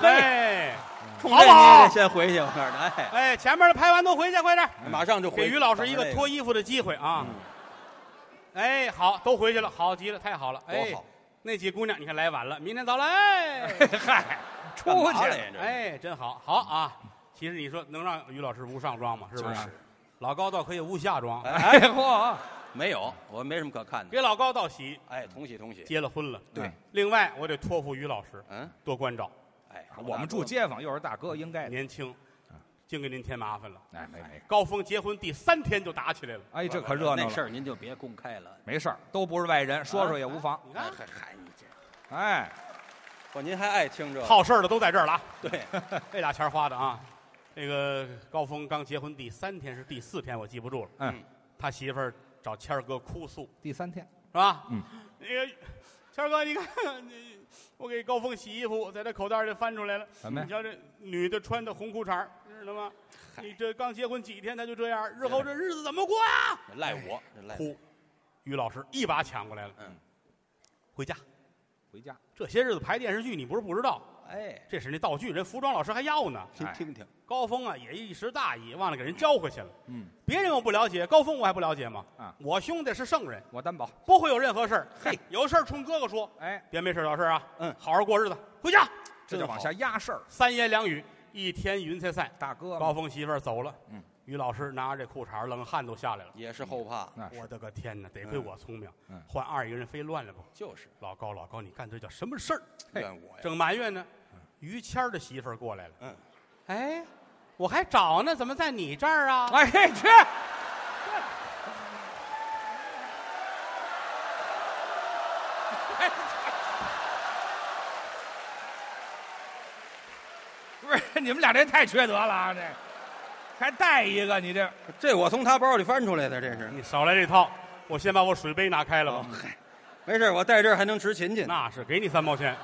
[SPEAKER 4] 嘿，
[SPEAKER 1] 哎
[SPEAKER 4] 冲
[SPEAKER 1] 好
[SPEAKER 4] 这
[SPEAKER 1] 不好
[SPEAKER 4] 你得先回去，我告诉你，哎，
[SPEAKER 1] 哎，前面的拍完都回去，快点儿，
[SPEAKER 4] 马上就回
[SPEAKER 1] 给
[SPEAKER 4] 去。
[SPEAKER 1] 于老师一个脱
[SPEAKER 4] 衣，
[SPEAKER 1] 衣服的机会啊
[SPEAKER 4] 嗯。
[SPEAKER 1] 哎，好，都回去了，好极了，太好了，哎
[SPEAKER 4] 多好，，
[SPEAKER 1] 那几姑娘你看来晚了，明天早来，
[SPEAKER 5] 嗨，出
[SPEAKER 4] 干嘛
[SPEAKER 5] 去
[SPEAKER 4] 来呀这
[SPEAKER 1] 哎，真好，好啊。其实你说能让于老师无上装吗？是不
[SPEAKER 5] 就是
[SPEAKER 1] 是？老高倒可以无下装，
[SPEAKER 5] 哎
[SPEAKER 4] 哎，
[SPEAKER 5] 嚯，
[SPEAKER 4] 没有，我没什么可看的。
[SPEAKER 1] 给老高道喜，
[SPEAKER 4] 哎，同喜同喜。
[SPEAKER 1] 结了婚了。
[SPEAKER 4] 对
[SPEAKER 5] 嗯，
[SPEAKER 1] 另外，我得托付于老师
[SPEAKER 4] 嗯，
[SPEAKER 1] 多关照，
[SPEAKER 4] 哎，
[SPEAKER 5] 啊我们住街坊，又是大哥，应该的。
[SPEAKER 1] 年轻，
[SPEAKER 5] 嗯
[SPEAKER 1] 净给您添麻烦了。
[SPEAKER 5] 哎，没没，
[SPEAKER 1] 高峰结婚第三天就打起来了，
[SPEAKER 5] 哎，这可热闹
[SPEAKER 4] 那事
[SPEAKER 5] 了。
[SPEAKER 4] 儿您就别公开了。
[SPEAKER 5] 没事儿，都不是外人，说说也无妨。
[SPEAKER 1] 你
[SPEAKER 4] 哎
[SPEAKER 1] 看，
[SPEAKER 4] 嗨嗨，你这，
[SPEAKER 5] 哎，
[SPEAKER 4] 嚯，哦您还爱听这个？
[SPEAKER 1] 好事儿的都在这儿了啊。
[SPEAKER 4] 对，
[SPEAKER 1] 这俩钱儿花的啊，这个高峰刚结婚第三天是第四天，我记不住了。
[SPEAKER 5] 嗯，
[SPEAKER 1] 他媳妇儿找谦儿哥哭诉，
[SPEAKER 5] 第三天，
[SPEAKER 1] 是吧？
[SPEAKER 5] 嗯，
[SPEAKER 1] 那个谦儿哥，你看，你我给高峰洗衣服，在他口袋里翻出来了。
[SPEAKER 5] 什么呀
[SPEAKER 1] 你瞧这女的穿的红裤衩儿，知道吗？
[SPEAKER 4] 嗨
[SPEAKER 1] 你这刚结婚几天，他就这样，日后
[SPEAKER 5] 嗯
[SPEAKER 1] 这日子怎么过呀？
[SPEAKER 4] 赖我，
[SPEAKER 5] 哎
[SPEAKER 4] 这赖我。
[SPEAKER 1] 哭，于老师一把抢过来了。
[SPEAKER 4] 嗯，
[SPEAKER 1] 回家。
[SPEAKER 5] 回家。
[SPEAKER 1] 这些日子拍电视剧，你不是不知道，
[SPEAKER 4] 哎，
[SPEAKER 1] 这是那道具，人服装老师还要呢。
[SPEAKER 4] 您
[SPEAKER 5] 哎
[SPEAKER 4] 听听，
[SPEAKER 1] 高峰啊，也一时大意，忘了给人交回去了。
[SPEAKER 5] 嗯，
[SPEAKER 1] 别人我不了解，高峰我还不了解吗？
[SPEAKER 5] 啊
[SPEAKER 1] 我兄弟是圣人，
[SPEAKER 5] 我担保。
[SPEAKER 1] 不会有任何事儿。
[SPEAKER 4] 嘿，
[SPEAKER 1] 有事儿冲哥哥说，
[SPEAKER 5] 哎，
[SPEAKER 1] 别没事找事儿啊。
[SPEAKER 4] 嗯
[SPEAKER 1] 好好过日子，回家。
[SPEAKER 5] 这叫往下压事儿。
[SPEAKER 1] 三言两语，一天云彩散。
[SPEAKER 5] 大哥嘛，
[SPEAKER 1] 高峰媳妇儿走了，
[SPEAKER 5] 嗯，
[SPEAKER 1] 于老师拿着这裤衩儿，冷汗都下来了。
[SPEAKER 4] 也是后怕，
[SPEAKER 5] 那是
[SPEAKER 1] 我的个天哪！得亏我聪明，
[SPEAKER 5] 嗯
[SPEAKER 1] 换二一个人非乱了不？
[SPEAKER 4] 就是
[SPEAKER 1] 老高，老高，你干这叫什么事儿？
[SPEAKER 5] 嘿
[SPEAKER 4] 怨我呀。
[SPEAKER 1] 正埋怨呢，
[SPEAKER 5] 嗯
[SPEAKER 1] 于谦儿的媳妇儿过来了，
[SPEAKER 4] 嗯，
[SPEAKER 1] 哎，我还找呢，怎么在你这儿啊？
[SPEAKER 5] 哎去，不是你们俩这太缺德了啊！这还带一个，你这
[SPEAKER 4] 这我从他包里翻出来的，这是。
[SPEAKER 5] 嗯
[SPEAKER 1] 你少来这套，我先把我水杯拿开了
[SPEAKER 5] 哦
[SPEAKER 1] 吧。
[SPEAKER 4] 嗨，没事儿，我在这儿还能值勤去。
[SPEAKER 1] 那是给你三毛钱，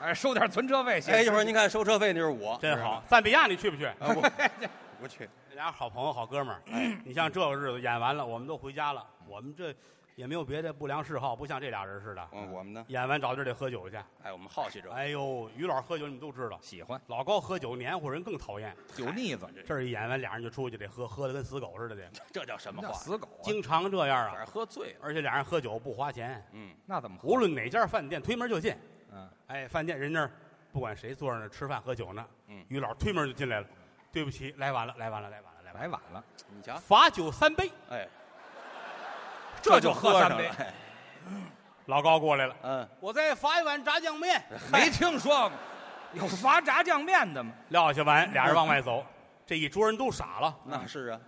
[SPEAKER 5] 哎收点存车费，谢谢
[SPEAKER 4] 哎，一会儿您看收车费那是我，
[SPEAKER 1] 真
[SPEAKER 5] 啊
[SPEAKER 1] 好。赞比亚你去不去？
[SPEAKER 5] 哦
[SPEAKER 4] 啊，
[SPEAKER 5] 哎
[SPEAKER 4] 我 我去，哎
[SPEAKER 1] 这俩好朋友、好哥们儿，你像这个日子演完了，我们都回家了，我们这也没有别的不良嗜好，不像这俩人似的。
[SPEAKER 4] 嗯，我们呢？
[SPEAKER 1] 演完找地儿得喝酒去。
[SPEAKER 4] 哎，我们好奇这，
[SPEAKER 1] 哎呦，于老师喝酒你们都知道，
[SPEAKER 5] 喜欢
[SPEAKER 1] 老高喝酒黏糊人更讨厌。
[SPEAKER 5] 酒腻子，
[SPEAKER 1] 这儿一演完，俩人就出去得喝，喝的跟死狗似的得，
[SPEAKER 4] 这叫什么
[SPEAKER 5] 那
[SPEAKER 4] 话？
[SPEAKER 5] 死狗啊！
[SPEAKER 1] 经常这样
[SPEAKER 4] 反
[SPEAKER 1] 啊。
[SPEAKER 4] 正喝醉了，
[SPEAKER 1] 而且俩人喝酒不花钱，
[SPEAKER 4] 嗯，
[SPEAKER 5] 那怎么喝
[SPEAKER 1] 无论哪家饭店推门就进。
[SPEAKER 5] 嗯，
[SPEAKER 1] 哎，饭店人那儿不管谁坐着那儿吃饭喝酒呢，
[SPEAKER 4] 嗯
[SPEAKER 1] 于老师推门就进来了，对不起，来晚了，来晚了，来晚了，来晚
[SPEAKER 5] 来
[SPEAKER 1] 了，
[SPEAKER 5] 晚了，
[SPEAKER 4] 你瞧，
[SPEAKER 1] 罚酒三杯。
[SPEAKER 4] 哎，
[SPEAKER 5] 这
[SPEAKER 4] 就
[SPEAKER 5] 就喝三
[SPEAKER 4] 上
[SPEAKER 5] 杯
[SPEAKER 4] 了，，哎
[SPEAKER 1] 老高过来了，
[SPEAKER 4] 嗯，
[SPEAKER 1] 我再罚一碗炸酱面。
[SPEAKER 5] 没听说过有罚炸酱面 的吗？
[SPEAKER 1] 撂下碗，俩人往外 走，这一桌人都傻了，
[SPEAKER 5] 嗯
[SPEAKER 4] 那是啊，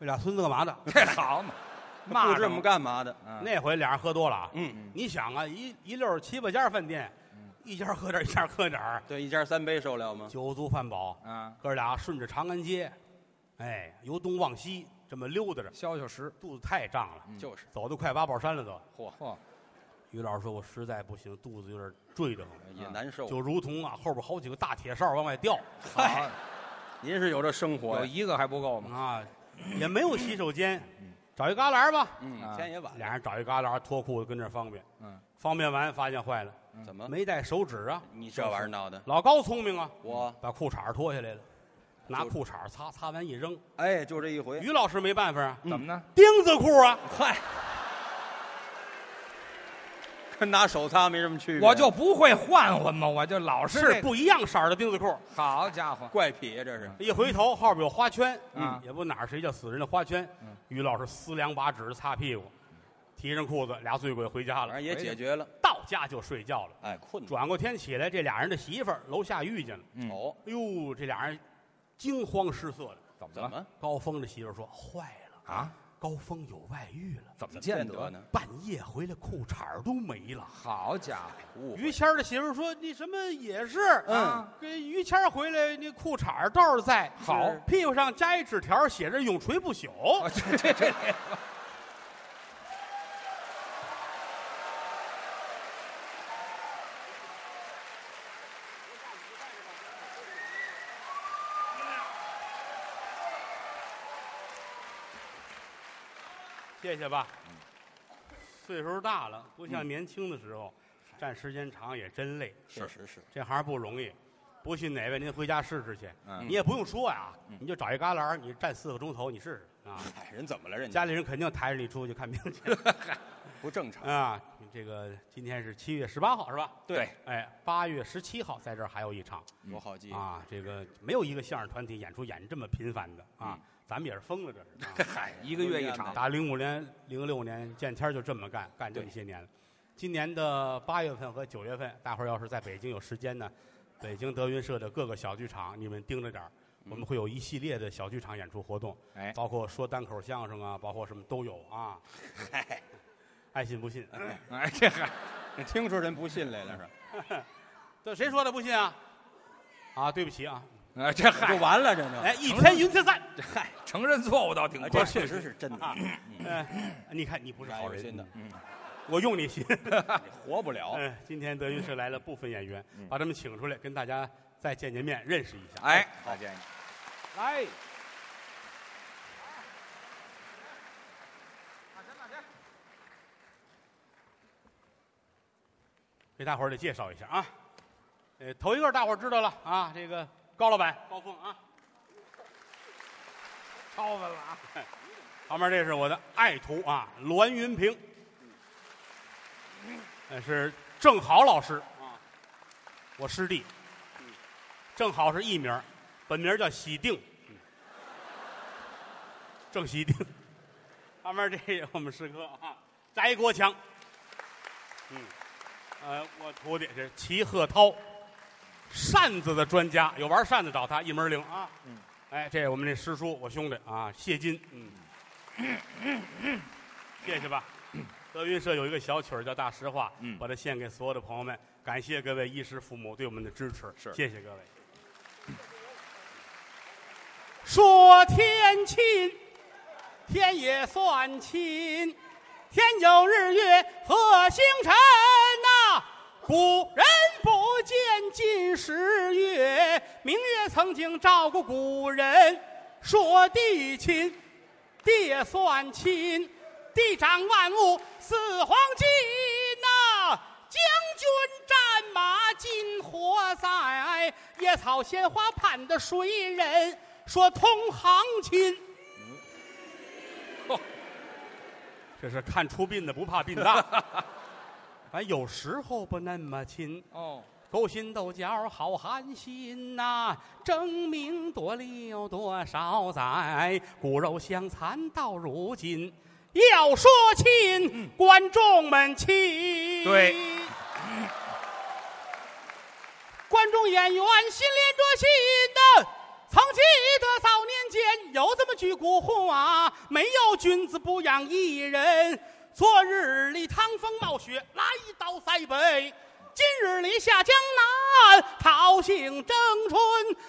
[SPEAKER 1] 这俩孙子干嘛的？
[SPEAKER 5] 这好嘛，
[SPEAKER 4] 不
[SPEAKER 5] 骂
[SPEAKER 4] 知
[SPEAKER 5] 着
[SPEAKER 4] 我们干嘛的，
[SPEAKER 5] 嗯
[SPEAKER 1] 那回俩人喝多了啊，
[SPEAKER 4] 嗯，
[SPEAKER 1] 你想啊，一一溜儿七八家饭店，一家喝点儿一家喝点儿，
[SPEAKER 4] 对，一家三杯受了吗？
[SPEAKER 1] 酒足饭饱，
[SPEAKER 5] 啊，
[SPEAKER 1] 哥俩顺着长安街，哎，由东往西这么溜达着，
[SPEAKER 5] 消消食。
[SPEAKER 1] 肚子太胀了，
[SPEAKER 4] 就是，
[SPEAKER 1] 走的快八宝山了都。
[SPEAKER 4] 嚯，
[SPEAKER 5] 嚯，
[SPEAKER 1] 于老师说：“我实在不行，肚子有点坠着慌，
[SPEAKER 4] 也难受。
[SPEAKER 1] 就如同啊后边好几个大铁哨往外 掉
[SPEAKER 5] 好，
[SPEAKER 4] 嗯您是有这生活
[SPEAKER 5] 有
[SPEAKER 4] 呀，
[SPEAKER 5] 一个还不够吗？
[SPEAKER 1] 啊，也没有洗手间，找一旮旯吧。
[SPEAKER 4] 嗯
[SPEAKER 5] 啊，
[SPEAKER 4] 天也晚了，
[SPEAKER 1] 俩人找一旮旯脱裤子跟这儿方便，
[SPEAKER 5] 嗯，
[SPEAKER 1] 方便完发现坏了，
[SPEAKER 4] 怎么？
[SPEAKER 1] 没带手纸啊。
[SPEAKER 4] 嗯你这玩意儿闹的，
[SPEAKER 1] 老高聪明啊，
[SPEAKER 4] 我
[SPEAKER 1] 把裤衩脱下来了，拿
[SPEAKER 4] 就
[SPEAKER 1] 裤衩擦擦完一扔。
[SPEAKER 4] 哎，就这一回，
[SPEAKER 1] 于老师没办法啊，
[SPEAKER 4] 嗯
[SPEAKER 5] 怎么呢？
[SPEAKER 1] 钉子裤啊，
[SPEAKER 4] 嗨，跟拿手擦没什么区别，
[SPEAKER 5] 我就不会换换嘛，我就老是
[SPEAKER 1] 是
[SPEAKER 5] 这
[SPEAKER 1] 不一样色儿的钉子裤。
[SPEAKER 5] 好家伙，
[SPEAKER 4] 怪癖呀，这是。
[SPEAKER 1] 一回头后边有花圈，
[SPEAKER 5] 嗯
[SPEAKER 1] 也不哪儿谁叫死人的花圈。
[SPEAKER 5] 嗯
[SPEAKER 1] 于老师撕两把纸擦屁股，提上裤子，俩醉鬼回家
[SPEAKER 4] 反
[SPEAKER 1] 了
[SPEAKER 4] 正。也解决了，
[SPEAKER 1] 到家就睡觉了。
[SPEAKER 4] 哎，困住。
[SPEAKER 1] 转过天起来，这俩人的媳妇儿楼下遇见了，
[SPEAKER 5] 嗯
[SPEAKER 4] 哦，
[SPEAKER 1] 哎呦，这俩人惊慌失色的。
[SPEAKER 5] 怎么
[SPEAKER 4] 怎
[SPEAKER 5] 了
[SPEAKER 4] 么
[SPEAKER 1] 高峰的媳妇儿说：“坏了，
[SPEAKER 5] 啊？
[SPEAKER 1] 高峰有外遇了，
[SPEAKER 5] 怎么
[SPEAKER 4] 见
[SPEAKER 5] 见
[SPEAKER 4] 得
[SPEAKER 5] 得？
[SPEAKER 4] 呢？
[SPEAKER 1] 半夜回来裤衩儿都没了。
[SPEAKER 5] 好家”
[SPEAKER 4] 误会
[SPEAKER 1] 于谦儿的媳妇儿说：“你什么也是，
[SPEAKER 5] 伙，
[SPEAKER 4] 嗯，
[SPEAKER 1] 这于谦儿回来那裤衩儿倒是在，
[SPEAKER 5] 好
[SPEAKER 1] 是屁股上加一纸条，写着‘永垂不朽’。
[SPEAKER 4] 哦
[SPEAKER 5] 我这这这，
[SPEAKER 1] 谢谢吧。
[SPEAKER 4] 嗯
[SPEAKER 1] 岁数大了，不像年轻的时候，站时间长也真累，
[SPEAKER 4] 确实是，
[SPEAKER 1] 这行不容易。不信哪位，您回家试试去。
[SPEAKER 4] 嗯
[SPEAKER 1] 你也不用说呀，你就找一旮旯儿，你站四个钟头，你试试啊。
[SPEAKER 4] 哎，人怎么了？人家
[SPEAKER 1] 家里人肯定抬着你出去看病去
[SPEAKER 4] 不正常。
[SPEAKER 1] 啊。这个今天是七月十八号是吧？
[SPEAKER 4] 对，
[SPEAKER 1] 哎，八月十七号在这儿还有一场
[SPEAKER 4] 多好记，
[SPEAKER 1] 啊。这个没有一个相声团体演出演这么频繁的啊
[SPEAKER 4] 嗯，
[SPEAKER 1] 咱们也是疯了这是。啊
[SPEAKER 4] 嗨，
[SPEAKER 5] 一个月一 场
[SPEAKER 1] 打零五年、零六年见天儿就这么干，干这么
[SPEAKER 4] 对
[SPEAKER 1] 些年了。今年的八月份和九月份，大伙儿要是在北京有时间呢，北京德云社的各个小剧场，你们盯着点儿，
[SPEAKER 4] 嗯
[SPEAKER 1] 我们会有一系列的小剧场演出活动，
[SPEAKER 5] 哎
[SPEAKER 1] 包括说单口相声啊，包括什么都有 啊。
[SPEAKER 4] 哎
[SPEAKER 1] 爱信不信？
[SPEAKER 5] 哎，这还
[SPEAKER 4] 听出人不信来了
[SPEAKER 1] 这谁说的不信啊？啊，对不起啊！
[SPEAKER 5] 哎这
[SPEAKER 4] 是吧？就
[SPEAKER 5] 还
[SPEAKER 4] 完了，这就
[SPEAKER 1] 哎，一天云 彩散。
[SPEAKER 4] 嗨，
[SPEAKER 5] 承认错误倒挺
[SPEAKER 4] 啊
[SPEAKER 5] 快
[SPEAKER 4] 这。确实是真的，
[SPEAKER 1] 哎，你看你不是好
[SPEAKER 4] 有心
[SPEAKER 1] 人
[SPEAKER 4] 的，，嗯，
[SPEAKER 1] 我用你心。
[SPEAKER 4] 活不了。
[SPEAKER 1] 嗯，今天德云社来了部分演员，把他们请出来跟大家再见见面，认识一下。
[SPEAKER 5] 哎，
[SPEAKER 4] 再见。
[SPEAKER 5] 来，
[SPEAKER 1] 给大伙儿得介绍一下啊。呃，头一个大伙儿知道了啊，这个高老板高峰 啊，超稳了啊。旁边这是我的爱徒啊，栾云平，呃，是郑好老师啊，我师弟。郑好是艺名儿，本名儿叫喜定，嗯郑喜定。 旁边这我们师哥啊，翟国强。呃，我徒弟是齐鹤涛，扇子的专家，有玩扇子找他一门儿灵啊。嗯，哎，这是我们这师叔，我兄弟啊，谢金，嗯， 谢谢吧。德云社有一个小曲儿叫《大实话》，
[SPEAKER 5] 嗯
[SPEAKER 1] 把它献给所有的朋友们，感谢各位衣食父母对我们的支持，
[SPEAKER 5] 是
[SPEAKER 1] 谢谢各位。说天亲，天也算亲。天有日月和星辰呐、古人不见近时月，明月曾经照过古人。说地亲，地也算亲，地长万物似黄金呐、将军战马今何在？野草鲜花盼的谁人？说同行亲。这是看出殡的不怕殡大， 反正有时候不那么亲，
[SPEAKER 5] 哦，
[SPEAKER 1] 勾心斗角好寒心呐、争名夺利有多少载，骨肉相残到如今。要说亲，观众们亲。
[SPEAKER 5] 嗯对，
[SPEAKER 1] 观众演员心连着心呐。曾记得早年间有这么句古话：没有君子不养艺人。昨日里趟风冒雪，来到塞北；今日里下江南，桃杏争春。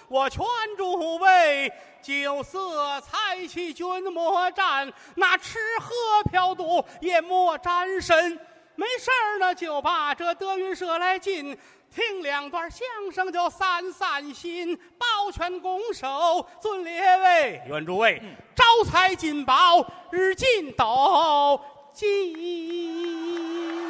[SPEAKER 1] 我劝诸位，酒色财气君莫沾，那吃喝嫖赌也莫沾身。没事儿呢，就把这德云社来进，听两段相声就散散心，抱拳拱手，尊列位，愿诸位招财进宝，日进斗金。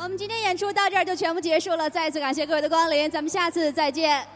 [SPEAKER 7] 我们今天演出到这儿就全部结束了，再次感谢各位的光临，咱们下次再见。